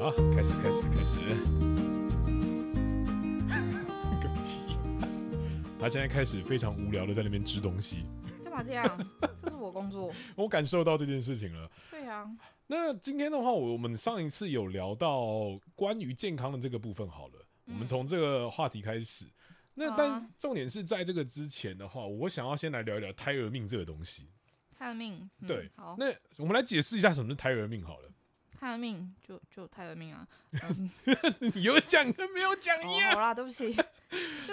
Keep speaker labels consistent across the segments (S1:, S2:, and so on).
S1: 好，开始，开始，开始。 个屁！他现在开始非常无聊的在那边吃东西，
S2: 干嘛这样？这是我工作。
S1: 我感受到这件事情了。
S2: 对啊，
S1: 那今天的话，我我们上一次有聊到关于健康的这个部分，好了，我们从这个话题开始。那
S2: 嗯好啊
S1: 但重点是在这个之前的话，我想要先来聊一聊胎儿命这个东西。
S2: 他的命。嗯、
S1: 对，
S2: 好，
S1: 那我们来解释一下什么是胎儿命 好了。
S2: 他的命就就他的命啊。嗯、
S1: 你有讲跟没有讲一
S2: 哦，
S1: 样。
S2: 好啦，对不起， 就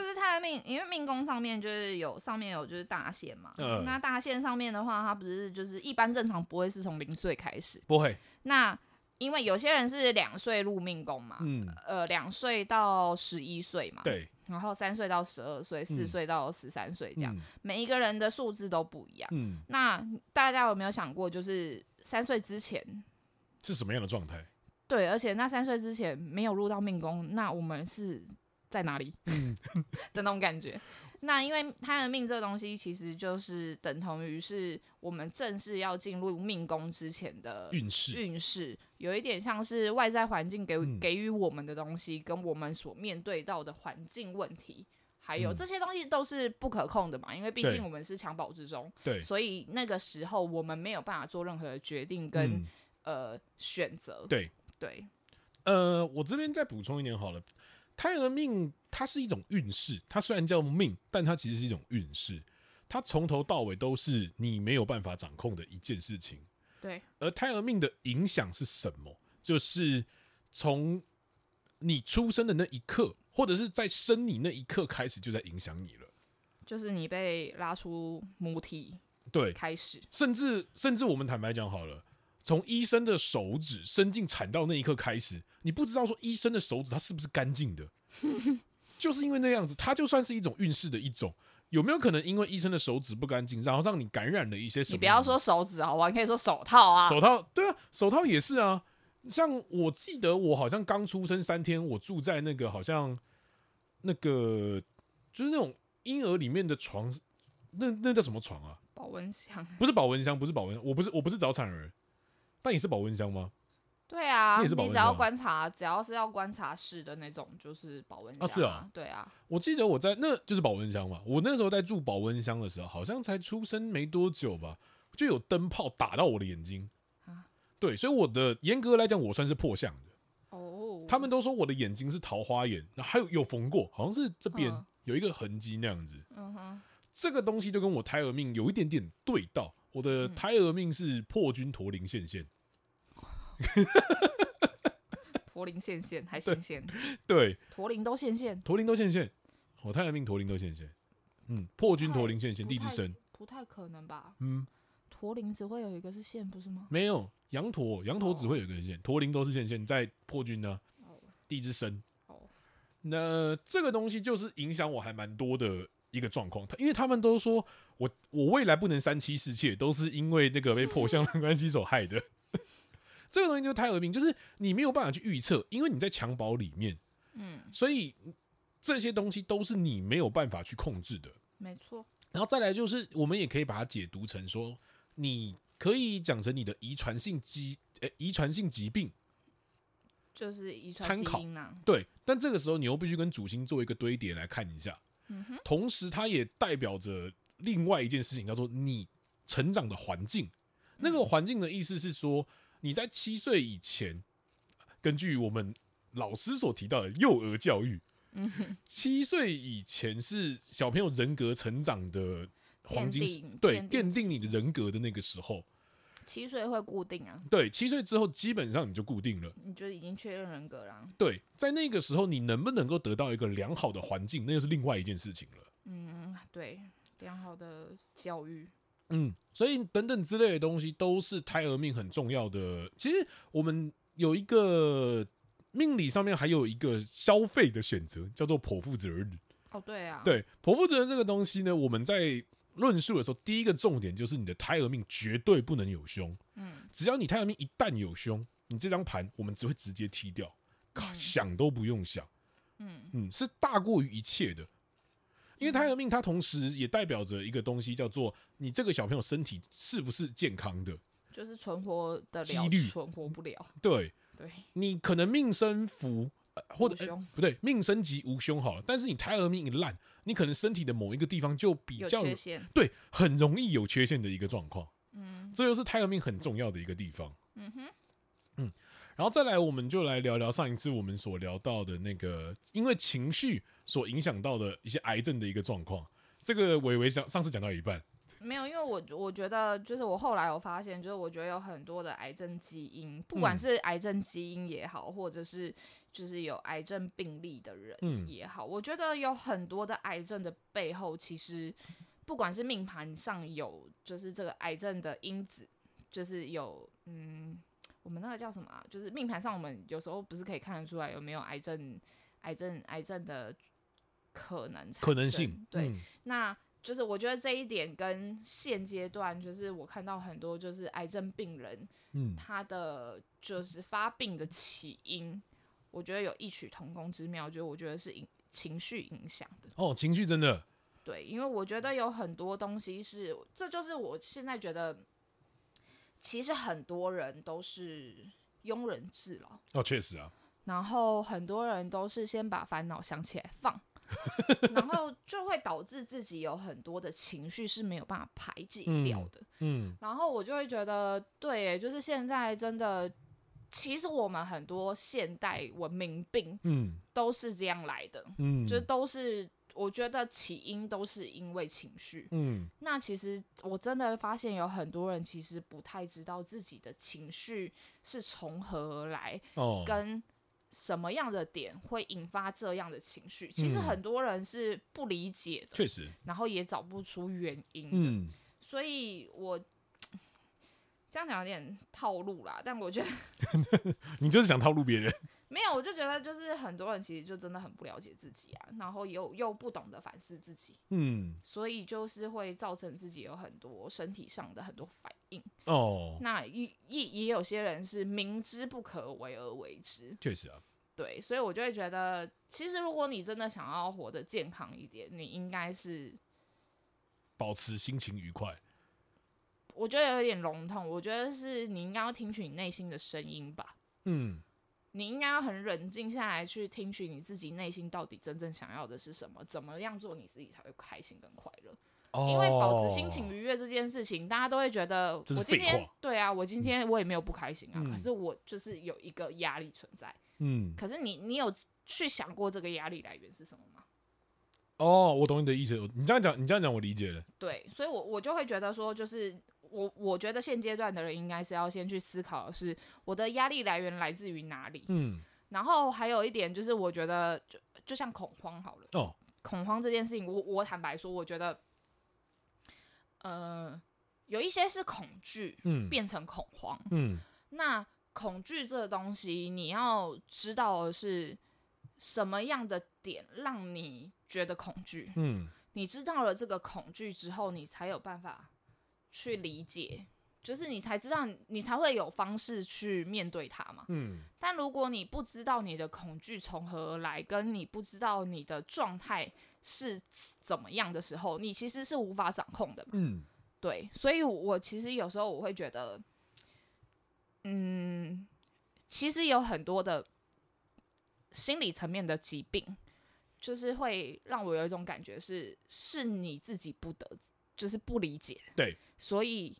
S2: 是他的命，因为命宫上面就是有上面有就是大限嘛。
S1: 嗯
S2: 那大限上面的话，它不是就是一般正常不会是从零岁开始。
S1: 不会，
S2: 那因为有些人是两岁入命宫嘛，
S1: 嗯，
S2: 呃，两岁到十一岁嘛，，
S1: 对，
S2: 然后三岁到十二岁，四
S1: 嗯
S2: 岁到十三岁这样，
S1: 嗯
S2: 每一个人的数字都不一样。
S1: 嗯，
S2: 那大家有没有想过，就是三岁之前，
S1: 是什么样的状态？
S2: 对，而且那三岁之前没有入到命宫，那我们是在哪里、
S1: 嗯
S2: 的那种感觉？那因为他的命这个东西，其实就是等同于是我们正式要进入命宫之前的
S1: 运势，
S2: 运势，有一点像是外在环境给
S1: 嗯
S2: 给予我们的东西，跟我们所面对到的环境问题。还有
S1: 嗯
S2: 这些东西都是不可控的嘛，因为毕
S1: 对
S2: 竟我们是襁褓之中，
S1: 对，
S2: 所以那个时候我们没有办法做任何的决定跟、
S1: 嗯
S2: 呃选择。
S1: 对，
S2: 对，
S1: 呃，我这边再补充一点好了。胎儿命它是一种运势，它虽然叫命，但它其实是一种运势，它从头到尾都是你没有办法掌控的一件事情。
S2: 对，
S1: 而胎儿命的影响是什么？就是从你出生的那一刻，或者是在生你那一刻开始，就在影响你了。
S2: 就是你被拉出母体
S1: 对，
S2: 开始，
S1: 甚至甚至我们坦白讲好了，从医生的手指伸进产道那一刻开始，你不知道说医生的手指它是不是干净 的，就是因为那样子，它就算是一种运势的一种。有没有可能因为医生的手指不干净，然后让你感染了一些什么？
S2: 你不要说手指好吧，你可以说手套啊。
S1: 手套，对啊，手套也是啊。像我记得我好像刚出生三天，我住在那个好像那个就是那种婴儿里面的床，那那叫什么床啊？
S2: 保温箱。
S1: 不是保温箱，不是保温，我不是我不是早产儿，但也是保温箱吗？
S2: 对啊，
S1: 那也
S2: 你
S1: 是保温
S2: 只
S1: 箱
S2: 要
S1: 啊
S2: 观察，只要是要观察室的那种，就是保温
S1: 啊
S2: 箱、
S1: 是啊
S2: 对啊，
S1: 我记得我在那就是保温箱嘛，我那时候在住保温箱的时候，好像才出生没多久吧，就有灯泡打到我的眼睛
S2: 啊。
S1: 对，所以我的严格来讲，我算是破相的。
S2: 哦，
S1: 他们都说我的眼睛是桃花眼，然后还有有缝过，好像是这边
S2: 嗯
S1: 有一个痕迹那样子。
S2: 嗯哼，
S1: 这个东西就跟我胎儿命有一点点对到，我的
S2: 嗯
S1: 胎儿命是破军驼铃线线。
S2: 驼铃线线还线线，
S1: 对，
S2: 驼铃都线线，
S1: 驼铃都线线，我胎儿命驼铃都线线。嗯，破军驼铃线线，
S2: 不
S1: 地之
S2: 太
S1: 神。
S2: 不太可能吧？
S1: 嗯，
S2: 驼铃只会有一个是线，不是吗？
S1: 没有羊驼，羊驼只会有一根线，驼铃都是线线，在破军呢、
S2: 哦
S1: 地之神。
S2: 哦，
S1: 那这个东西就是影响我还蛮多的一个状况，他因为他们都说我我未来不能三妻四妾，都是因为那个被破相的关系所害的。 这个东西就是胎儿命，就是你没有办法去预测，因为你在襁褓里面，
S2: 嗯，
S1: 所以这些东西都是你没有办法去控制的。
S2: 没错，
S1: 然后再来就是，我们也可以把它解读成说，你可以讲成你的遗传性疾，呃，遗传性疾病，
S2: 就是遗传
S1: 参
S2: 基
S1: 考
S2: 因啊。
S1: 对。但这个时候你又必须跟主星做一个堆叠来看一下，
S2: 嗯哼，
S1: 同时它也代表着另外一件事情，叫做你成长的环境。那个环境的意思是说，你在七岁以前，根据我们老师所提到的幼儿教育，七岁以前是小朋友人格成长的黄金时
S2: 奠定，
S1: 对，
S2: 奠定
S1: 奠定你的人格的那个时候。
S2: 七岁会固定啊，
S1: 对，七岁之后基本上你就固定了。
S2: 你就已经确认人格啦。
S1: 对，在那个时候，你能不能够得到一个良好的环境，那又是另外一件事情了。
S2: 嗯，对，良好的教育。
S1: 嗯，所以等等之类的东西都是胎儿命很重要的。其实我们有一个命理上面还有一个消费的选择，叫做剖腹子儿女。
S2: 哦，对啊，，
S1: 对，剖腹子儿这个东西呢，我们在论述的时候，第一个重点就是你的胎儿命绝对不能有凶。
S2: 嗯，
S1: 只要你胎儿命一旦有凶，你这张盘我们只会直接踢掉，靠
S2: 嗯
S1: 想都不用想。
S2: 嗯，
S1: 嗯，是大过于一切的。因为胎儿命，它同时也代表着一个东西，叫做你这个小朋友身体是不是健康的，
S2: 就是存活得
S1: 几
S2: 了
S1: 率，
S2: 存活不了，
S1: 对
S2: 对，
S1: 你可能命生福，呃或者
S2: 无、
S1: 呃
S2: 凶
S1: 不对，命生吉无凶好了，但是你胎儿命一烂，你可能身体的某一个地方就比
S2: 有
S1: 较
S2: 缺陷，
S1: 对，很容易有缺陷的一个状况，
S2: 嗯
S1: 这就是胎儿命很重要的一个地方。
S2: 嗯哼，
S1: 然后再来，我们就来聊聊上一次我们所聊到的那个，因为情绪所影响到的一些癌症的一个状况。这个伟伟上上次讲到一半，
S2: 没有，因为我我觉得就是我后来我发现，就是我觉得有很多的癌症基因，不管
S1: 嗯
S2: 是癌症基因也好，或者是就是有癌症病例的人
S1: 嗯
S2: 也好，我觉得有很多的癌症的背后，其实不管是命盘上有就是这个癌症的因子，就是有嗯，我们那个叫什么、啊？就是命盘上我们有时候不是可以看得出来有没有癌症、癌症、癌症的可能产
S1: 可能
S2: 生
S1: 性
S2: 对。
S1: 嗯
S2: 那就是我觉得这一点跟现阶段，就是我看到很多就是癌症病人
S1: 嗯
S2: 他的就是发病的起因，我觉得有异曲同工之妙，就我觉得是影情绪影响的。
S1: 哦，情绪真的
S2: 对，因为我觉得有很多东西是，这就是我现在觉得，其实很多人都是庸人自扰。
S1: 哦，确实啊，
S2: 然后很多人都是先把烦恼想起来放， 然后就会导致自己有很多的情绪是没有办法排解掉的。
S1: 嗯
S2: 然后我就会觉得，对耶，就是现在真的，其实我们很多现代文明病
S1: 嗯
S2: 都是这样来的，
S1: 嗯，
S2: 就都是我觉得起因都是因为情绪。
S1: 嗯
S2: 那其实我真的发现有很多人其实不太知道自己的情绪是从何而来，
S1: 哦，
S2: 跟什么样的点会引发这样的情绪？其实
S1: 嗯
S2: 很多人是不理解的，
S1: 确实，
S2: 然后也找不出原因的。
S1: 嗯，
S2: 所以我这样讲有点套路啦，但我觉得
S1: 你就是想套路别人，
S2: 没有，我就觉得就是很多人其实就真的很不了解自己啊，然后又又不懂得反思自己，
S1: 嗯
S2: 所以就是会造成自己有很多身体上的很多反应。
S1: 哦，
S2: 那也也也有些人是明知不可为而为之，
S1: 确实啊，
S2: 对，所以我就会觉得，其实如果你真的想要活得健康一点，你应该是，
S1: 保持心情愉快，
S2: 我觉得有点笼统，我觉得是你应该要听取你内心的声音吧，
S1: 嗯
S2: 你应该要很冷静下来去听取你自己内心到底真正想要的是什么，怎么样做你自己才会开心跟快乐。
S1: 哦，
S2: 因为保持心情愉悦这件事情，大家都会觉得
S1: 这是
S2: 我今
S1: 废
S2: 天
S1: 话
S2: 对啊，我今天我也没有不开心啊，
S1: 嗯
S2: 可是我就是有一个压力存在。
S1: 嗯
S2: 可是你你有去想过这个压力来源是什么吗？
S1: 哦，我懂你的意思，我你这样讲，你这样讲我理解了，
S2: 对，所以我我就会觉得说，就是我我觉得现阶段的人应该是要先去思考的是我的压力来源来自于哪里，
S1: 嗯
S2: 然后还有一点就是我觉得就就像恐慌好了，
S1: 哦，
S2: 恐慌这件事情，我我坦白说，我觉得，呃，有一些是恐惧
S1: 嗯
S2: 变成恐慌，
S1: 嗯
S2: 那恐惧这个东西，你要知道的是什么样的点让你觉得恐惧，
S1: 嗯
S2: 你知道了这个恐惧之后，你才有办法去理解，就是你才知道，你才会有方式去面对它嘛。
S1: 嗯
S2: 但如果你不知道你的恐惧从何而来，跟你不知道你的状态是怎么样的时候，你其实是无法掌控的嘛。
S1: 嗯，
S2: 对，所以我其实有时候我会觉得，嗯，其实有很多的心理层面的疾病，就是会让我有一种感觉是，是你自己不得，就是不理解，
S1: 对，
S2: 所以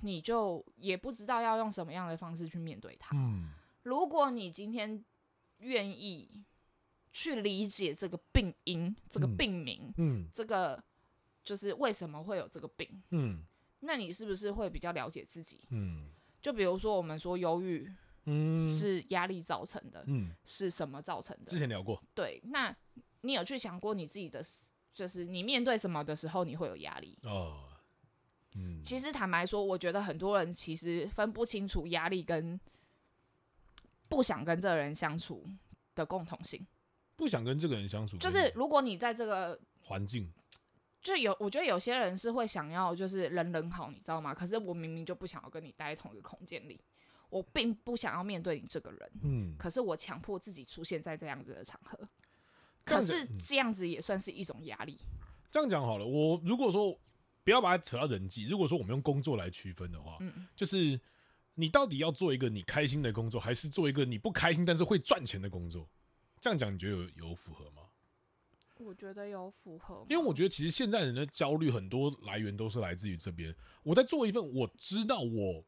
S2: 你就也不知道要用什么样的方式去面对它。
S1: 嗯
S2: 如果你今天愿意去理解这个病因、这个
S1: 嗯
S2: 病名、
S1: 嗯
S2: 这个就是为什么会有这个病。
S1: 嗯
S2: 那你是不是会比较了解自己？
S1: 嗯
S2: 就比如说，我们说忧郁
S1: 嗯
S2: 是压力造成的，
S1: 嗯，
S2: 是什么造成
S1: 之
S2: 的？
S1: 前聊过，
S2: 对，那你有去想过你自己的，就是你面对什么的时候你会有压力？
S1: 哦，嗯，
S2: 其实坦白说，我觉得很多人其实分不清楚压力跟不想跟这个人相处的共同性。
S1: 不想跟这个人相处，
S2: 就是如果你在这个，
S1: 环境，
S2: 就有我觉得有些人是会想要就是人人好，你知道吗？可是我明明就不想要跟你待在同一个空间里，我并不想要面对你这个人。
S1: 嗯，
S2: 可是我强迫自己出现在这样子的场合，
S1: 这样
S2: 可
S1: 子嗯
S2: 是这样子也算是一种压力。
S1: 这样讲好了，我如果说不要把它扯到人际。如果说我们用工作来区分的话，
S2: 嗯
S1: 就是你到底要做一个你开心的工作，还是做一个你不开心但是会赚钱的工作？这样讲你觉得有有符合吗？
S2: 我觉得有符合吗，
S1: 因为我觉得其实现在人的焦虑很多来源都是来自于这边。我在做一份我知道我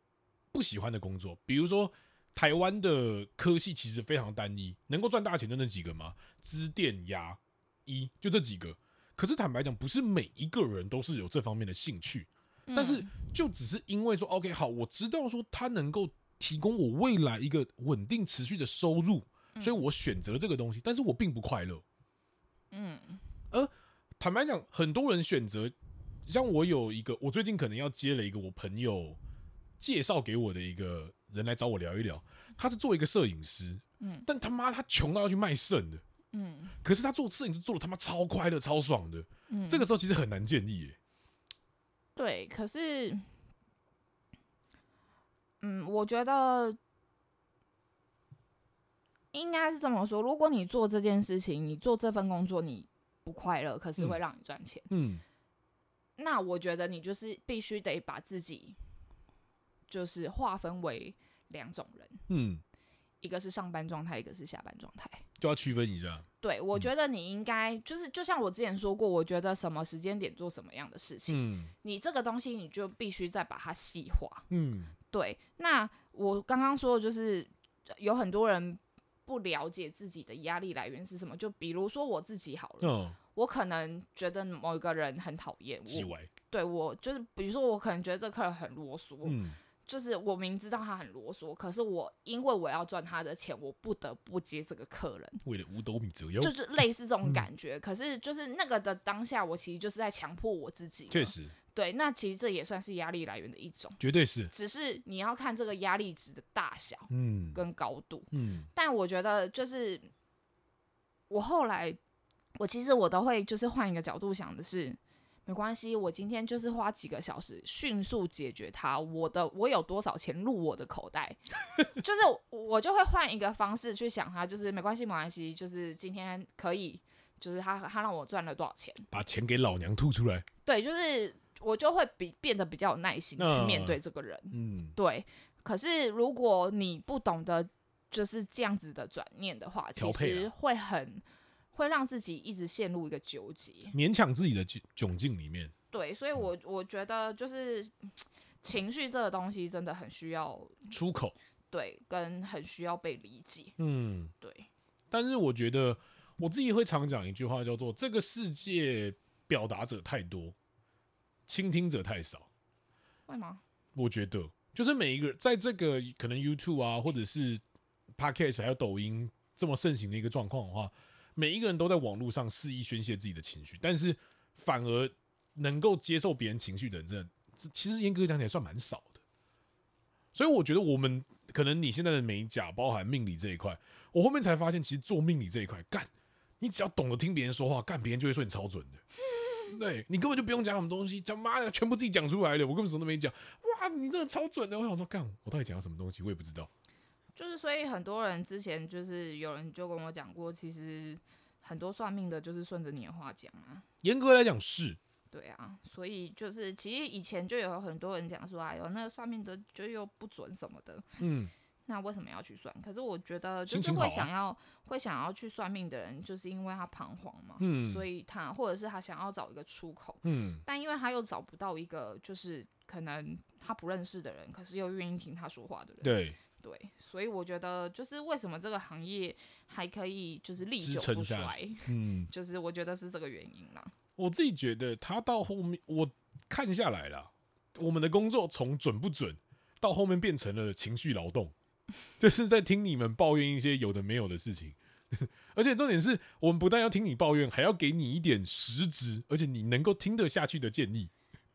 S1: 不喜欢的工作，比如说台湾的科系其实非常单一，能够赚大钱的那几个嘛，资电、牙、医就这几个。可是坦白讲，不是每一个人都是有这方面的兴趣，但是
S2: 嗯
S1: 就只是因为说，OK，好，我知道说它能够提供我未来一个稳定持续的收入，所以我选择了这个东西，但是我并不快乐。
S2: 嗯
S1: 坦白讲，很多人选择，像我有一个，我最近可能要接了一个我朋友介绍给我的一个人来找我聊一聊，他是做一个摄影师，
S2: 嗯
S1: 但他妈他穷到要去卖肾的，
S2: 嗯
S1: 可是他做摄影师做的他妈超快乐、超爽的，
S2: 嗯，
S1: 这个时候其实很难建议耶、
S2: 对，可是，嗯，我觉得应该是这么说：如果你做这件事情，你做这份工作，你不快乐，可是会
S1: 嗯
S2: 让你赚钱，
S1: 嗯，
S2: 那我觉得你就是必须得把自己就是划分为两种人，
S1: 嗯，
S2: 一个是上班状态，一个是下班状态。
S1: 就要区分一下，
S2: 对，我
S1: 嗯
S2: 觉得你应该就是，就像我之前说过，我觉得什么时间点做什么样的事情，
S1: 嗯
S2: 你这个东西你就必须再把它细化。
S1: 嗯
S2: 对，那我刚刚说的就是有很多人不了解自己的压力来源是什么，就比如说我自己好了，
S1: 嗯，
S2: 我可能觉得某一个人很讨厌
S1: 几
S2: 我，
S1: 位，
S2: 对我就是比如说我可能觉得这客人很啰嗦，
S1: 嗯
S2: 就是我明知道他很啰嗦，可是我因为我要赚他的钱，我不得不接这个客人。
S1: 为了五斗米折腰，
S2: 就是类似这种
S1: 嗯
S2: 感觉，可是就是那个的当下，我其实就是在强迫我自己嘛。
S1: 确实，
S2: 对，那其实这也算是压力来源的一种，
S1: 绝对是，
S2: 只是你要看这个压力值的大小。
S1: 嗯
S2: 跟高度。
S1: 嗯
S2: 但我觉得就是我后来，我其实我都会就是换一个角度想的是，没关系，我今天就是花几个小时迅速解决它。我的我有多少钱入我的口袋，就是我就会换一个方式去想它，就是没关系，没关系，就是今天可以，就是他他让我赚了多少钱，
S1: 把钱给老娘吐出来，
S2: 对，就是我就会比变得比较有耐心去面
S1: 嗯
S2: 对这个人。
S1: 嗯
S2: 对，可是如果你不懂得就是这样子的转念的话，
S1: 调
S2: 其
S1: 配啊
S2: 实会很会让自己一直陷入一个纠结。
S1: 勉强自己的窘窘境里面，
S2: 对，所以我我觉得就是嗯情绪这个东西真的很需要
S1: 出口。
S2: 对，跟很需要被理解。
S1: 嗯，
S2: 对，
S1: 但是我觉得我自己会常讲一句话，叫做“这个世界表达者太多，倾听者太少”。
S2: 会吗？
S1: 我觉得，就是每一个在这个可能 YouTube 啊，或者是 Podcast 还有抖音这么盛行的一个状况的话，每一个人都在网络上肆意宣泄自己的情绪，但是反而能够接受别人情绪的人，真的这其实严格讲起来算蛮少的。所以我觉得我们可能你现在的美甲，包含命理这一块，我后面才发现，其实做命理这一块，干你只要懂得听别人说话，干别人就会说你超准的。 对你根本就不用讲什么东西，他妈的全部自己讲出来的，我根本什么都没讲。哇，啊你真的超准的！我想说，干，我到底讲了什么东西，我也不知道。
S2: 就是所以很多人之前就是有人就跟我讲过，其实很多算命的就是顺着你的话讲啊。
S1: 严格来讲是，
S2: 对啊，所以就是其实以前就有很多人讲说，哎呦，那个算命的就又不准什么的，
S1: 嗯，
S2: 那为什么要去算？可是我觉得就
S1: 心
S2: 是
S1: 情
S2: 会
S1: 好啊
S2: 想要、会想要去算命的人，就是因为他彷徨嘛，
S1: 嗯
S2: 所以他或者是他想要找一个出口，
S1: 嗯，
S2: 但因为他又找不到一个就是可能他不认识的人，可是又愿意听他说话的人，
S1: 对，
S2: 对，所以我觉得就是为什么这个行业还可以就是历
S1: 支
S2: 久
S1: 撑
S2: 不
S1: 下
S2: 衰，
S1: 嗯，
S2: 就是我觉得是这个原因啦。
S1: 我自己觉得他到后面，我看下来啦，我们的工作从准不准到后面变成了情绪劳动，就是在听你们抱怨一些有的没有的事情。 而且重点是我们不但要听你抱怨，还要给你一点实质，而且你能够听得下去的建议。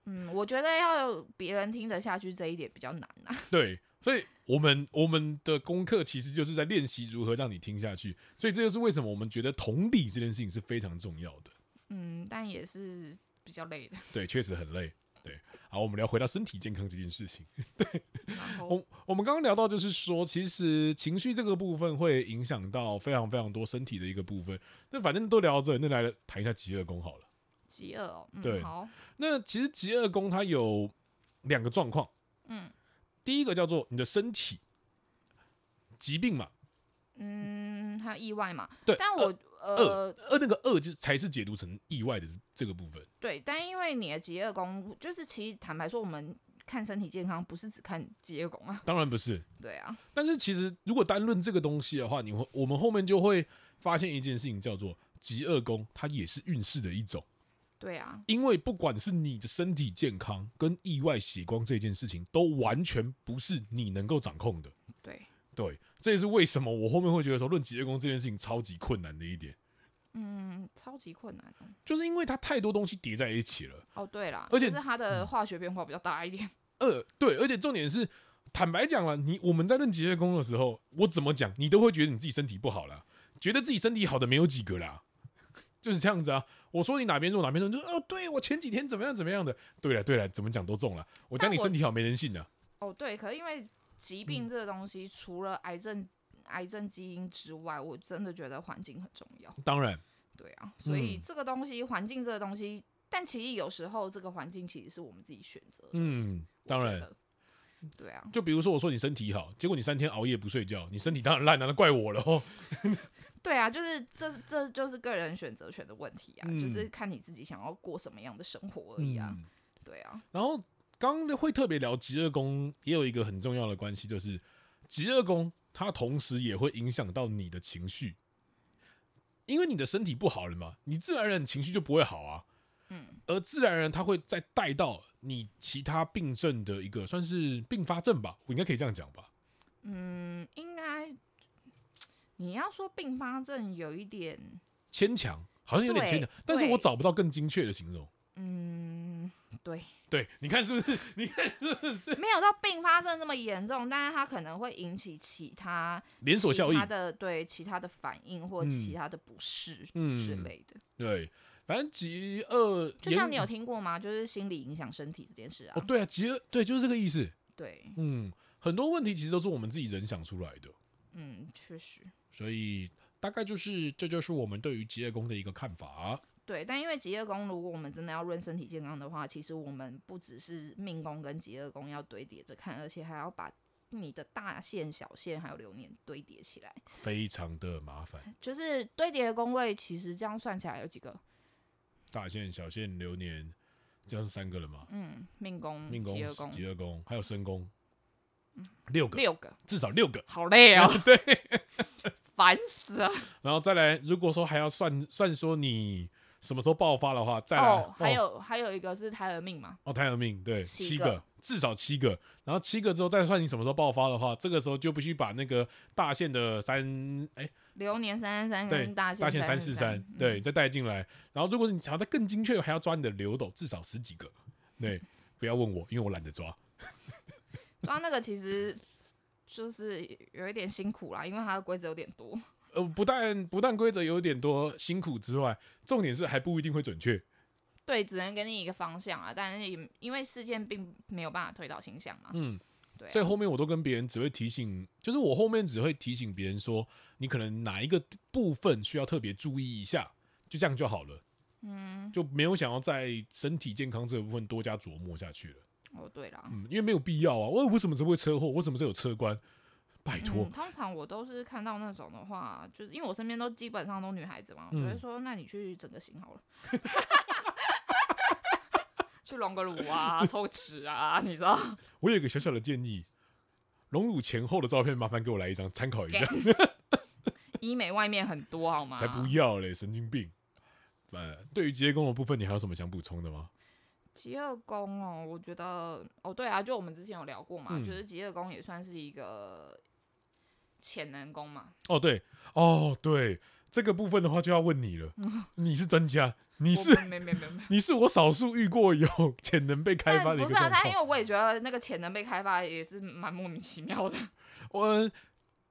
S2: 嗯，我觉得要别人听得下去这一点比较难啊。
S1: 对，所以我们我们的功课其实就是在练习如何让你听下去，所以这就是为什么我们觉得同理这件事情是非常重要的。
S2: 嗯，但也是比较累的。
S1: 对，确实很累。对，好，我们聊回到身体健康这件事情。
S2: 然后，
S1: 我我们刚刚聊到，就是说，其实情绪这个部分会影响到非常非常多身体的一个部分。那反正都聊到这，那来谈一下极恶宫好了。
S2: 极恶哦，嗯、
S1: 对
S2: 好，
S1: 那其实极恶宫它有两个状况，
S2: 嗯
S1: 第一个叫做你的身体疾病嘛，
S2: 嗯，还有意外嘛，
S1: 对
S2: 但我呃，
S1: 呃，那个恶就是才是解读成意外的这个部分，
S2: 对，但因为你的极恶宫，就是其实坦白说，我们看身体健康不是只看极恶宫啊，
S1: 当然不是。
S2: 对啊，
S1: 但是其实如果单论这个东西的话，你会我们后面就会发现一件事情，叫做极恶宫，它也是运势的一种。
S2: 对啊，
S1: 因为不管是你的身体健康跟意外血光这件事情，都完全不是你能够掌控的。
S2: 对，
S1: 对，这也是为什么我后面会觉得说论极恶宫这件事情超级困难的一点，
S2: 嗯，超级困难哦。
S1: 就是因为它太多东西叠在一起了。
S2: 哦，对啦，
S1: 而且嗯
S2: 就是它的化学变化比较大一 点，
S1: 呃，对，而且重点是，坦白讲了，你我们在论极恶宫的时候，我怎么讲，你都会觉得你自己身体不好啦，觉得自己身体好的没有几个啦，就是这样子啊。我说你哪边弱哪边弱，你就说哦，对我前几天怎么样怎么样的。对了对了，怎么讲都中了。我讲你
S2: 但我
S1: 身体好没人信啊。
S2: 哦，对，可是因为疾
S1: 嗯
S2: 病这个东西，除了癌症、癌症基因之外，我真的觉得环境很重要。
S1: 当然，
S2: 对啊，所以
S1: 嗯
S2: 这个东西，环境这个东西，但其实有时候这个环境其实是我们自己选择的。
S1: 嗯，当
S2: 我觉
S1: 然。
S2: 得，对啊，
S1: 就比如说我说你身体好，结果你三天熬夜不睡觉，你身体当然烂啊，那怪我了哦。
S2: 对啊，就是这是这就是个人选择权的问题啊，
S1: 嗯
S2: 就是看你自己想要过什么样的生活而已啊。
S1: 嗯
S2: 对啊，
S1: 然后刚刚会特别聊极恶宫，也有一个很重要的关系，就是极恶宫它同时也会影响到你的情绪，因为你的身体不好了嘛，你自然而然情绪就不会好啊。
S2: 嗯，
S1: 而自然而然它会再带到你其他病症的一个算是并发症吧，我应该可以这样讲吧？
S2: 嗯，应该你要说并发症有一点，
S1: 牵强，好像有点牵强
S2: 对，
S1: 但是
S2: 对
S1: 我找不到更精确的形容。
S2: 嗯，对，
S1: 对，你看是不是？你看
S2: 没有到并发症这么严重，但是它可能会引起其他
S1: 连锁效
S2: 其
S1: 应
S2: 他，的对其他的反应或
S1: 嗯
S2: 其他的不适
S1: 嗯
S2: 之类的。
S1: 对，反正极恶
S2: 就像
S1: 严
S2: 你有听过吗？就是心理影响身体这件事啊。
S1: 哦，对啊，极恶对，就是这个意思。
S2: 对，
S1: 嗯，很多问题其实都是我们自己人想出来的，
S2: 嗯，确实。
S1: 所以大概就是这就是我们对于极业宫的一个看法。
S2: 对，但因为极恶宫，如果我们真的要论身体健康的话，其实我们不只是命宫跟极恶宫要堆叠着看，而且还要把你的大限、小限还有流年堆叠起来。
S1: 非常的麻烦，
S2: 就是堆叠的宫位，其实这样算起来有几个？
S1: 大限、小限、流年，这样是三个了嘛？
S2: 嗯，命宫、
S1: 命宫
S2: 极恶宫、嗯
S1: 极恶宫，还有身宫，六个，
S2: 六个，
S1: 至少六个。
S2: 好累哦，
S1: 对，
S2: 烦死了。
S1: 然后再来，如果说还要算算说你什么时候爆发的话，再来
S2: 哦，还有还有一个是胎儿命嘛，
S1: 哦，胎儿命对，
S2: 七
S1: 七
S2: 个
S1: 个，至少七个。然后七个之后再算你什么时候爆发的话，这个时候就必须把那个大限的三哎
S2: 流年三三三嗯
S1: 对
S2: 跟嗯大限
S1: 大限三四
S2: 四
S1: 三，对，再带进来。然后如果你想要再更精确，还要抓你的流斗，至少十几个。对，不要问我，因为我懒得抓。
S2: 抓那个其实就是有一点辛苦啦，因为它的规则有点多。
S1: 呃，不但不但规则有点多辛苦之外，重点是还不一定会准确。
S2: 对，只能给你一个方向啊，但是也因为事件并没有办法推导形象嘛。
S1: 嗯，
S2: 对啊、
S1: 所以后面我都跟别人只会提醒，就是我后面只会提醒别人说，你可能哪一个部分需要特别注意一下，就这样就好了。嗯，就没有想要在身体健康这部分多加琢磨下去了。
S2: 哦，对啦，
S1: 嗯，因为没有必要啊。我我什么时候会车祸？我什么时候有车关？拜托
S2: 嗯，，通常我都是看到那种的话，就是因为我身边都基本上都女孩子嘛，我
S1: 嗯
S2: 就会说，那你去整个型好了。 去隆个乳 啊，抽脂啊，你知道？
S1: 我有一个小小的建议，荣辱前后的照片，麻烦给我来一张参考一下。
S2: 医美外面很多好吗？
S1: 才不要嘞，神经病！呃，对于结工的部分，你还有什么想补充的吗？
S2: 极恶宫哦，我觉得哦，对啊，就我们之前有聊过嘛，
S1: 嗯
S2: 就是极恶宫也算是一个潜能宫嘛。
S1: 哦，对，哦，对，这个部分的话就要问你 了，你是专家，你是
S2: 我没没没没没，
S1: 你是我少数遇过有潜能被 开发
S2: 但
S1: 的一个
S2: 不是啊，
S1: 状
S2: 他因
S1: 况。
S2: 为我也觉得那个潜能被开发也是蛮莫名其妙的。
S1: 我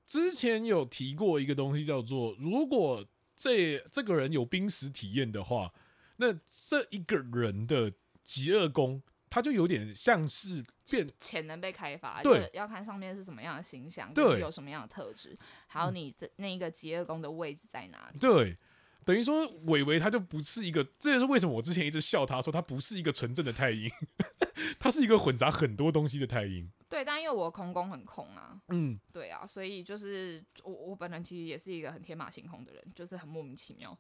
S1: 之前有提过一个东西，叫做如果这这个人有濒死体验的话，那这一个人的极恶宫，他就有点像是变
S2: 潜能被开发，
S1: 对，
S2: 要看上面是什么样的形象，
S1: 对嗯
S2: 跟有什么样的特质，还有你的那一个极恶宫的位置在哪里。
S1: 对，等于说伟伟他就不是一个，这也是为什么我之前一直笑他说他不是一个纯正的太阴， 他是一个混杂很多东西的太阴。
S2: 对，但因为我的空宫很空啊，
S1: 嗯，
S2: 对啊，所以就是我我本人其实也是一个很天马行空的人，就是很莫名其妙。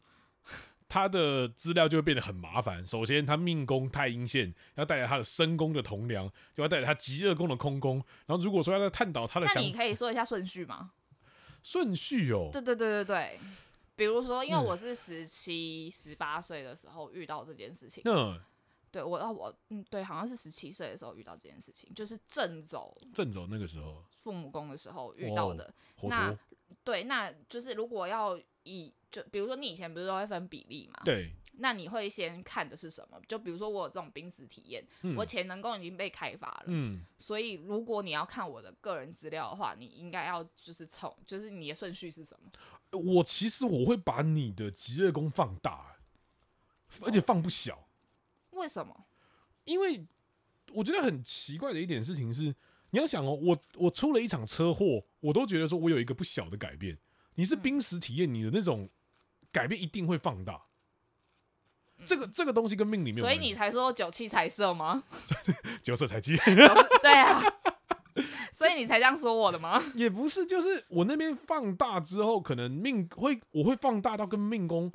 S1: 他的资料就会变得很麻烦。首先，他命宫太阴线要带着他的身宫的同梁，就要带着他极热宫的空宫。然后，如果说要在探讨他的
S2: 那
S1: 想
S2: 你可以说一下顺序吗？
S1: 顺序哦，
S2: 对对对对对，比如说，因为
S1: 嗯
S2: 我是十七、十八岁的时候遇到这件事情，
S1: 那
S2: 对我哦我嗯对，好像是十七岁的时候遇到这件事情，就是正走
S1: 正走那个时候，
S2: 父母宫的时候遇到
S1: 哇哦
S2: 的。
S1: 活
S2: 那嗯
S1: 脱
S2: 对，那就是如果要以就比如说你以前不是都会分比例嘛？
S1: 对，
S2: 那你会先看的是什么？就比如说我有这种濒死体验，
S1: 嗯
S2: 我潜能够已经被开发了，
S1: 嗯，
S2: 所以如果你要看我的个人资料的话，你应该要就是从就是你的顺序是什么？
S1: 我其实我会把你的极热宫放大，而且放不小，
S2: 为什么？
S1: 因为我觉得很奇怪的一点事情是，你要想哦，我我出了一场车祸，我都觉得说我有一个不小的改变。你
S2: 嗯
S1: 是濒死体验，你的那种改变一定会放大。这个这个东西跟命里面有
S2: 所
S1: 关
S2: 以
S1: 系，
S2: 你才说九七才色吗？
S1: 酒色财气
S2: 就是对啊，所以你才这样说我的吗？
S1: 也不是，就是我那边放大之后，可能命会我会放大到跟命宫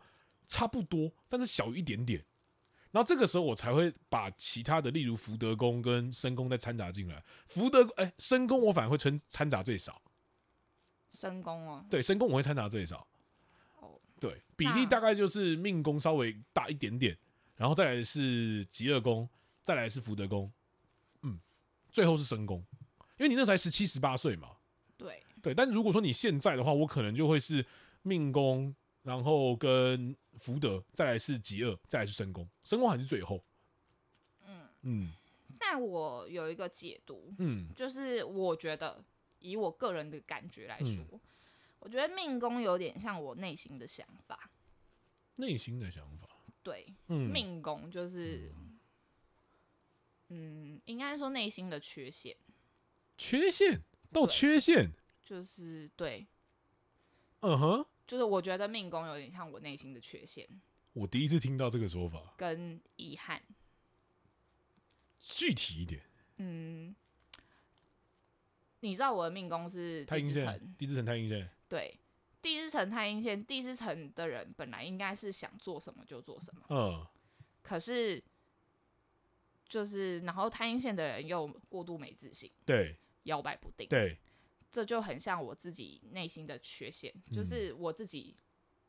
S1: 差不多，但是小于一点点。然后这个时候我才会把其他的，例如福德宫跟身宫再掺杂进来。福德哎、身宫我反而会掺掺杂最少，
S2: 深宫哦，
S1: 对，身宫我会掺杂最少
S2: 哦。
S1: 对，比例
S2: 那
S1: 大概就是命宫稍微大一点点，然后再来是极恶宫，再来是福德宫，嗯，最后是身宫，因为你那才十七十八岁嘛。
S2: 对，
S1: 对，但如果说你现在的话，我可能就会是命宫，然后跟福德，再来是极恶，再来是身宫，身宫还是最后。
S2: 嗯，
S1: 嗯
S2: 那我有一个解读，
S1: 嗯
S2: 就是我觉得以我个人的感觉来说，我觉得命宫有点像我内心的想法。
S1: 内心的想法。
S2: 对，
S1: 嗯，
S2: 命宫就是，嗯，应该说内心的缺陷，
S1: 缺陷到
S2: 对
S1: 缺陷，
S2: 就是对，
S1: 嗯哼，
S2: 就是我觉得命宫有点像我内心的缺陷
S1: 我第一次听到这个说法，
S2: 跟遗憾。
S1: 具体一点，
S2: 嗯，你知道我的命宫是
S1: 太
S2: 地
S1: 阴
S2: 支
S1: 线
S2: 层，，
S1: 地支城太阴线，
S2: 对，地支层太阴线，地支层的人本来应该是想做什么就做什么。
S1: 嗯，
S2: 可是就是然后太阴线的人又过度没自信，
S1: 对
S2: 摇摆不定，
S1: 对，
S2: 这就很像我自己内心的缺陷，就是
S1: 嗯
S2: 我自己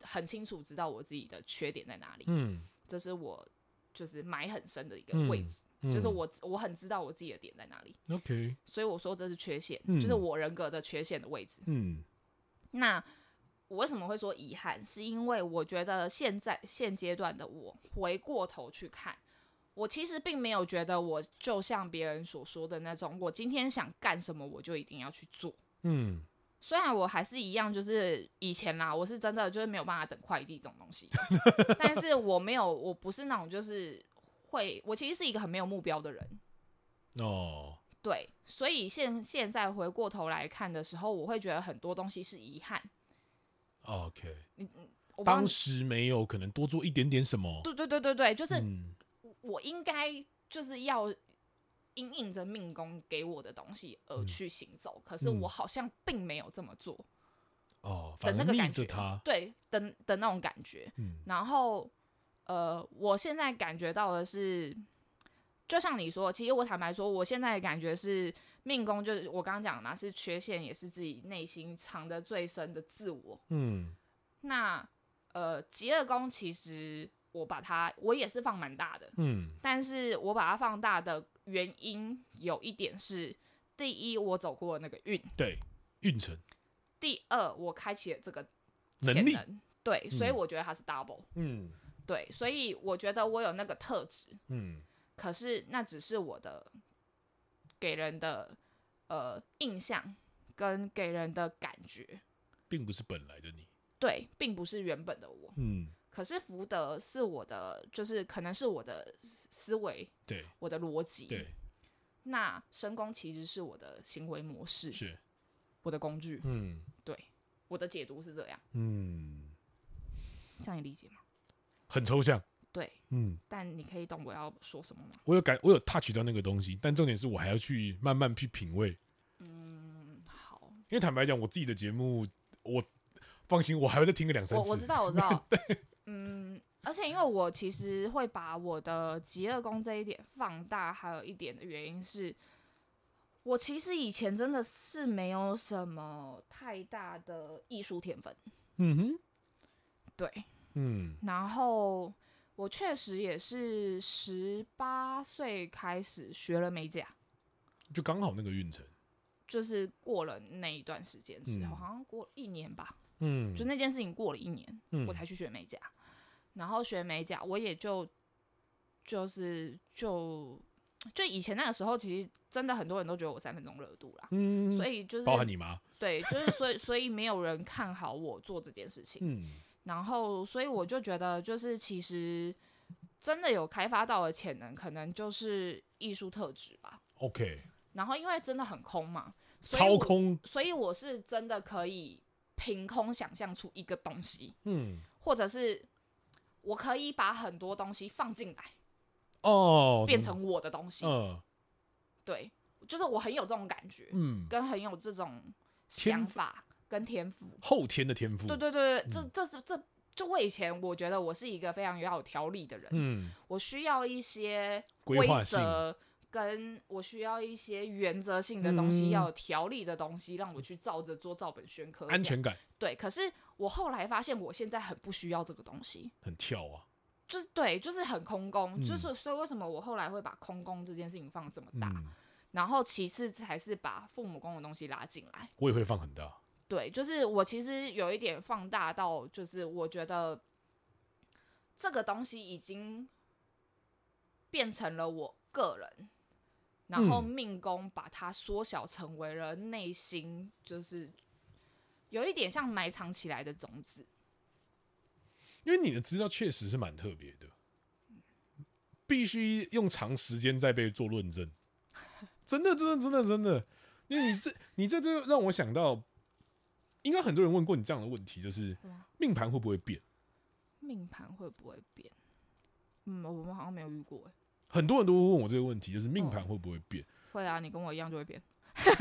S2: 很清楚知道我自己的缺点在哪里，
S1: 嗯，
S2: 这是我就是埋很深的一个
S1: 嗯
S2: 位置，
S1: 嗯
S2: 就是我我很知道我自己的点在哪里，
S1: OK，
S2: 所以我说这是缺陷，
S1: 嗯
S2: 就是我人格的缺陷的位置。
S1: 嗯
S2: 那我为什么会说遗憾？是因为我觉得现在现阶段的我，回过头去看，我其实并没有觉得我就像别人所说的那种，我今天想干什么我就一定要去做。
S1: 嗯，
S2: 虽然我还是一样，就是以前啦，我是真的就是没有办法等快递这种东西，但是我没有，我不是那种就是会，我其实是一个很没有目标的人，
S1: 哦，
S2: 对，所以现现在回过头来看的时候，我会觉得很多东西是遗憾。
S1: OK，
S2: 我不知道
S1: 当时没有可能多做一点点什么，
S2: 对对对对对，就是
S1: 嗯
S2: 我应该就是要因应着命宫给我的东西而去行走，可是
S1: 嗯
S2: 我好像并没有这么做
S1: 哦，
S2: 的
S1: 反
S2: 那
S1: 正
S2: 个
S1: 逆
S2: 感
S1: 着
S2: 觉，
S1: 他，
S2: 对的的那种感觉。
S1: 嗯
S2: 然后呃，我现在感觉到的是，就像你说，其实我坦白说，我现在的感觉是命宫就是我刚刚讲的嘛，是缺陷，也是自己内心藏得最深的自我。
S1: 嗯
S2: 那呃，极恶宫其实我把它我也是放蛮大的，
S1: 嗯
S2: 但是我把它放大的原因有一点是：第一，我走过了那个运；
S1: 对，运程，
S2: 第二，我开启了这个
S1: 能
S2: 潜
S1: 力
S2: 能。对，所以
S1: 嗯
S2: 我觉得它是 double、
S1: 嗯
S2: 对，所以我觉得我有那个特质，
S1: 嗯
S2: 可是那只是我的给人的呃印象跟给人的感觉，
S1: 并不是本来的你，
S2: 对，并不是原本的我。
S1: 嗯，
S2: 可是福德是我的，就是可能是我的思维、
S1: 对
S2: 我的逻辑。
S1: 对
S2: 那深宫其实是我的行为模式，
S1: 是，
S2: 我的工具。
S1: 嗯
S2: 对，我的解读是这样。
S1: 嗯，
S2: 这样你理解吗？
S1: 很抽象。
S2: 对，
S1: 嗯，
S2: 但你可以懂我要说什么吗？
S1: 我有感，我有 touch 到那个东西，但重点是我还要去慢慢去品味。
S2: 嗯，好，
S1: 因为坦白讲，我自己的节目，我放心，我还会再听个两三
S2: 我
S1: 次。
S2: 我知道，我知道， 嗯，而且因为我其实会把我的极恶宫这一点放大，还有一点的原因是，我其实以前真的是没有什么太大的艺术天分，
S1: 嗯哼，
S2: 对，
S1: 嗯
S2: 然后我确实也是十八岁开始学了美甲，
S1: 就刚好那个运程。
S2: 就是过了那一段时间之
S1: 嗯
S2: 后，好像过了一年吧，
S1: 嗯，
S2: 就那件事情过了一年，
S1: 嗯
S2: 我才去学美甲。然后学美甲，我也就就是就就以前那个时候，其实真的很多人都觉得我三分钟热度啦，
S1: 嗯，
S2: 所以就是
S1: 包含你妈。
S2: 对，就是所以所以没有人看好我做这件事情。
S1: 嗯
S2: 然后，所以我就觉得，就是其实真的有开发到的潜能，可能就是艺术特质吧。
S1: ，OK，
S2: 然后，因为真的很空嘛，所以
S1: 超
S2: 我，
S1: 空。
S2: 所以我是真的可以凭空想象出一个东西，
S1: 嗯，
S2: 或者是我可以把很多东西放进来，
S1: 哦，
S2: 变成我的东西。
S1: 嗯
S2: 对，就是我很有这种感觉，
S1: 嗯，
S2: 跟很有这种
S1: 天
S2: 想
S1: 赋嗯
S2: 法跟天赋。
S1: 后天的天赋。
S2: 对对对，对这这是这。就我以前，我觉得我是一个非常要有条理的人，
S1: 嗯，
S2: 我需要一些
S1: 规划性
S2: 则，跟我需要一些原则性的东西，
S1: 嗯
S2: 要有条理的东西，让我去照着做，照本宣科这样。
S1: 安全感
S2: 对，可是我后来发现，我现在很不需要这个东西，
S1: 很跳啊。
S2: 就是对，就是很空宫，
S1: 嗯
S2: 就是所以为什么我后来会把空宫这件事情放这么大，
S1: 嗯，
S2: 然后其次才是把父母宫的东西拉进来。
S1: 我也会放很大。
S2: 对，就是我其实有一点放大到，就是我觉得这个东西已经变成了我个人，然后
S1: 嗯
S2: 命宫把它缩小成为了内心，就是有一点像埋藏起来的种子。
S1: 因为你的资料确实是蛮特别的，必须用长时间再被做论 证。真的，真的，真的，真的，因为你这，你这就让我想到，应该很多人问过你这样的问题，就是
S2: 什么
S1: 命盘会不会变？
S2: 命盘会不会变？嗯，我们好像没有遇过欸。
S1: 很多人都会问我这个问题，就是命盘
S2: 嗯
S1: 会不会变？
S2: 会啊，你跟我一样就会变，
S1: 对，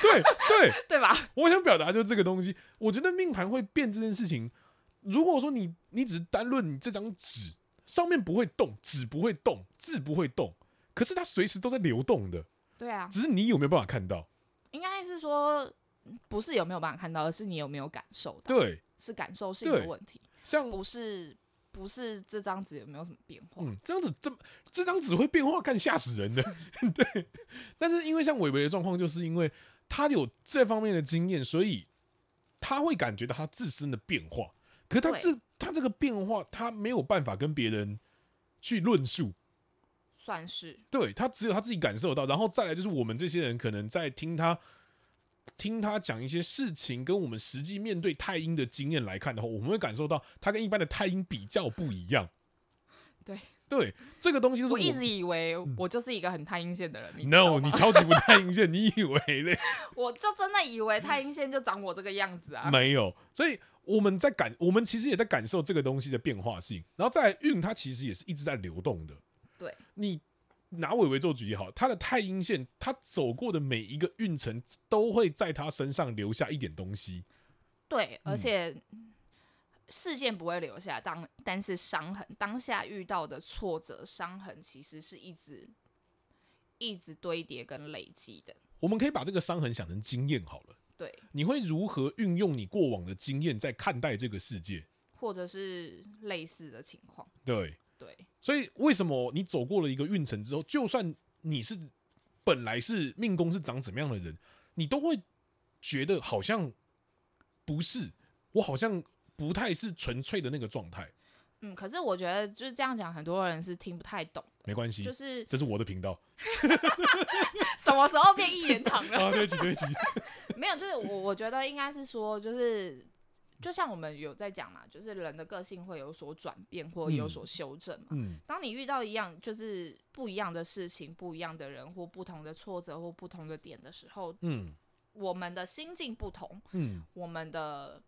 S1: 对，对，
S2: 对吧？
S1: 我想表达就是这个东西。我觉得命盘会变这件事情，如果说你你只是单论你这张纸上面不会动，纸不会动，字不会动，可是它随时都在流动的。
S2: 对啊，
S1: 只是你有没有办法看到？
S2: 应该是说不是有没有办法看到，而是你有没有感受到，
S1: 对，
S2: 是感受性的
S1: 对
S2: 问题。
S1: 像
S2: 不是不是这张纸有没有什么变化？
S1: 嗯这样子，这这张纸会变化，看吓死人的。 对，但是因为像伟伟的状况，就是因为他有这方面的经验，所以他会感觉到他自身的变化。可是他
S2: 对
S1: 这他这个变化，他没有办法跟别人去论述，
S2: 算是
S1: 对他只有他自己感受到，然后再来就是我们这些人可能在听他听他讲一些事情，跟我们实际面对太阴的经验来看的话，我们会感受到他跟一般的太阴比较不一样。
S2: 对
S1: 对，这个东西就是嗯
S2: 我一直以为我就是一个很太阴线的人，你知道
S1: no，
S2: 吗
S1: 你超级不太阴线，你以为嘞？
S2: 我就真的以为太阴线就长我这个样子啊。
S1: 没有，所以我们在感，我们其实也在感受这个东西的变化性，然后再来运，它其实也是一直在流动的。
S2: 对，
S1: 你拿伟伟做举例好，他的太阴线，他走过的每一个运程都会在他身上留下一点东西。
S2: 对，
S1: 嗯
S2: 而且事件不会留下，当但是伤痕，当下遇到的挫折伤痕，其实是一直一直堆叠跟累积的。
S1: 我们可以把这个伤痕想成经验好了，
S2: 对，
S1: 你会如何运用你过往的经验在看待这个世界？
S2: 或者是类似的情况。
S1: 对，
S2: 对，
S1: 所以为什么你走过了一个运程之后，就算你是本来是命宫是长怎么样的人，你都会觉得好像不是，我好像不太是纯粹的那个状态。
S2: 嗯，可是我觉得就是这样讲，很多人是听不太懂，
S1: 没关系，
S2: 就是
S1: 这是我的频道
S2: 什么时候变一言堂了？
S1: 啊！对不起，对不起，
S2: 没有，就是我我觉得应该是说，就是就像我们有在讲嘛，就是人的个性会有所转变或有所修正嘛。
S1: 嗯
S2: 当你遇到一样就是不一样的事情、不一样的人或不同的挫折或不同的点的时候，
S1: 嗯
S2: 我们的心境不同，
S1: 嗯
S2: 我们的。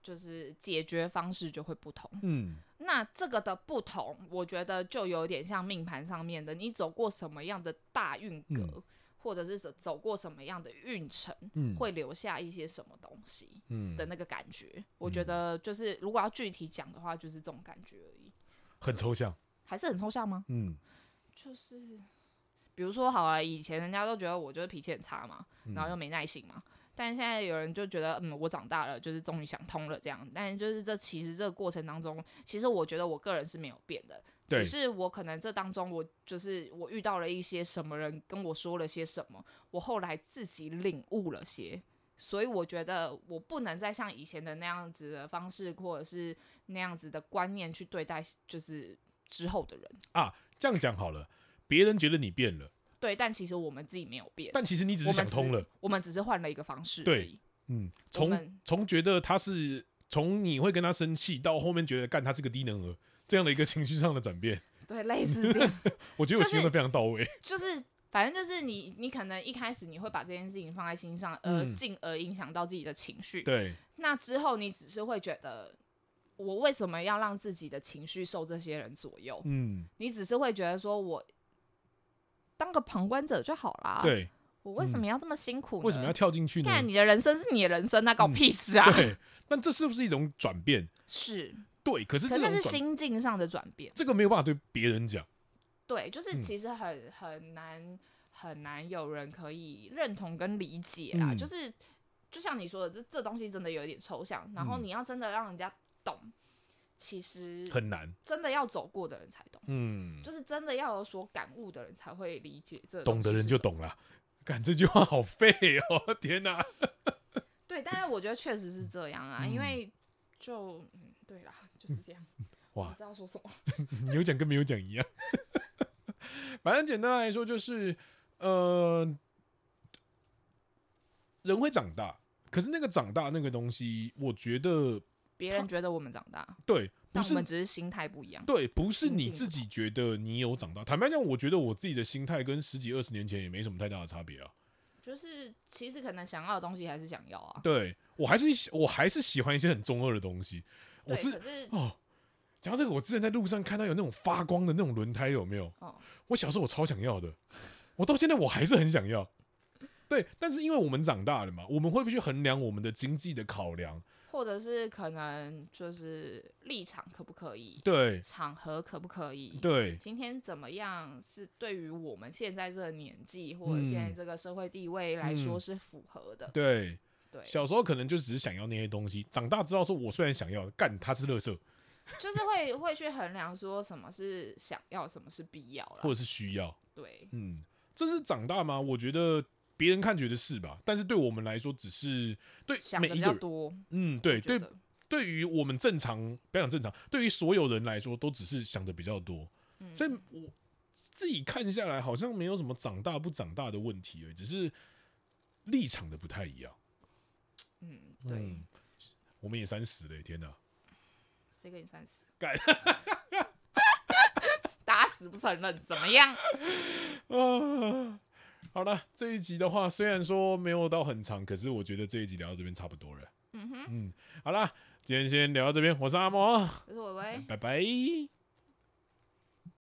S2: 就是解决方式就会不同。
S1: 嗯，
S2: 那这个的不同，我觉得就有点像命盘上面的，你走过什么样的大运格，
S1: 嗯
S2: 或者是走走过什么样的运程，
S1: 嗯，
S2: 会留下一些什么东西
S1: 嗯
S2: 的那个感觉。我觉得就是如果要具体讲的话，就是这种感觉而已，
S1: 很抽象，
S2: 还是很抽象吗？
S1: 嗯
S2: 就是比如说好了，以前人家都觉得我就是脾气很差嘛，然后又没耐心嘛。但现在有人就觉得，嗯，我长大了，就是终于想通了这样。但就是这其实这个过程当中，其实我觉得我个人是没有变的，
S1: 对
S2: 只是我可能这当中我就是我遇到了一些什么人跟我说了些什么，我后来自己领悟了些，所以我觉得我不能再像以前的那样子的方式或者是那样子的观念去对待，就是之后的人。
S1: 啊，这样讲好了，别人觉得你变了，
S2: 对，但其实我们自己没有变，
S1: 但其实你只
S2: 我
S1: 是想
S2: 们只
S1: 通了，
S2: 我们只是换了一个方式。
S1: 对，嗯，从
S2: 们
S1: 从觉得他是从你会跟他生气，到后面觉得干他是个低能儿，这样的一个情绪上的转变，
S2: 对，类似这样，
S1: 我觉得我
S2: 就是
S1: 形容的非常到位，
S2: 就是反正就是你，你可能一开始你会把这件事情放在心上，而
S1: 嗯
S2: 进而影响到自己的情绪。
S1: 对，
S2: 那之后你只是会觉得，我为什么要让自己的情绪受这些人左右？
S1: 嗯，
S2: 你只是会觉得说我当个旁观者就好啦。，
S1: 对，
S2: 我为什
S1: 嗯
S2: 么要这么辛啊苦呢？
S1: 为什么要跳进去呢？
S2: 看你的人生是你的人生，那搞
S1: 嗯
S2: 屁事 啊！
S1: 对，但这是不是一种转变？
S2: 是，
S1: 对，可是这
S2: 可是那
S1: 种
S2: 是
S1: 转
S2: 心境上的转变。
S1: 这个没有办法对别人讲，
S2: 对，就是
S1: 嗯
S2: 其实很、很难很难有人可以认同跟理解啦。
S1: 嗯
S2: 就是就像你说的，这这东西真的有一点抽象，然后
S1: 嗯
S2: 你要真的让人家懂，其实
S1: 很难，
S2: 真的要走过的人才懂，
S1: 嗯，
S2: 就是真的要有所感悟的人才会理解这
S1: 懂
S2: 东
S1: 的
S2: 西
S1: 人
S2: 是
S1: 就
S2: 什么。
S1: 懂了。干这句话好废哦！ 天哪，
S2: 对，但是我觉得确实是这样啊，因
S1: 嗯
S2: 为就嗯，对啦，就是这样。我
S1: 哇
S2: 不知道说什么。
S1: 有讲跟没有讲一样。 反正简单来说就是，呃，人会长大，可是那个长大那个东西，我觉得
S2: 别人觉得我们长大，
S1: 对，不
S2: 但我
S1: 是
S2: 们只是心态不一样。
S1: 对，不是
S2: 心
S1: 你
S2: 境
S1: 自
S2: 不
S1: 己觉得你有长大。坦白讲，我觉得我自己的心态跟十几二十年前也没什么太大的差别啊。
S2: 就是其实可能想要的东西还是想要啊。
S1: 对我还是喜我还是喜欢一些很中二的东西。我
S2: 对，
S1: 之
S2: 可是
S1: 哦，讲到这个，我之前在路上看到有那种发光的那种轮胎，有没有？
S2: 哦
S1: 我小时候我超想要的，我到现在我还是很想要。对，但是因为我们长大了嘛，我们会不会去衡量我们的经济的考量？
S2: 或者是可能就是立场可不可以，
S1: 对
S2: 场合可不可以，
S1: 对，
S2: 今天怎么样是对于我们现在这个年纪或者
S1: 嗯
S2: 现在这个社会地位来说
S1: 嗯
S2: 是符合的，
S1: 对，
S2: 对，
S1: 小时候可能就只是想要那些东西，长大知道说我虽然想要，干它是垃圾
S2: 就是会会去衡量说什么是想要，什么是必要
S1: 或者
S2: 了，
S1: 是需要，
S2: 对，
S1: 嗯，这是长大吗？我觉得别人看觉得是吧，但是对我们来说只是对
S2: 想
S1: 每
S2: 的比
S1: 一个
S2: 较
S1: 人，
S2: 多，
S1: 嗯，对
S2: 我觉
S1: 对
S2: 得
S1: 对于我们正常，不要讲正常，对于所有人来说，都只是想的比较多，
S2: 嗯
S1: 所以我自己看下来，好像没有什么长大不长大的问题而已，只是立场的不太一样。
S2: 嗯，对，
S1: 嗯，我们也三十了耶，天哪！
S2: 谁跟你三十？
S1: 干
S2: 打死不承认，怎么样？
S1: 啊，好了，这一集的话，虽然说没有到很长，可是我觉得这一集聊到这边差不多了。
S2: 嗯哼，
S1: 好啦，今天先聊到这边，我是阿毛，
S2: 可是我喂。
S1: 拜拜。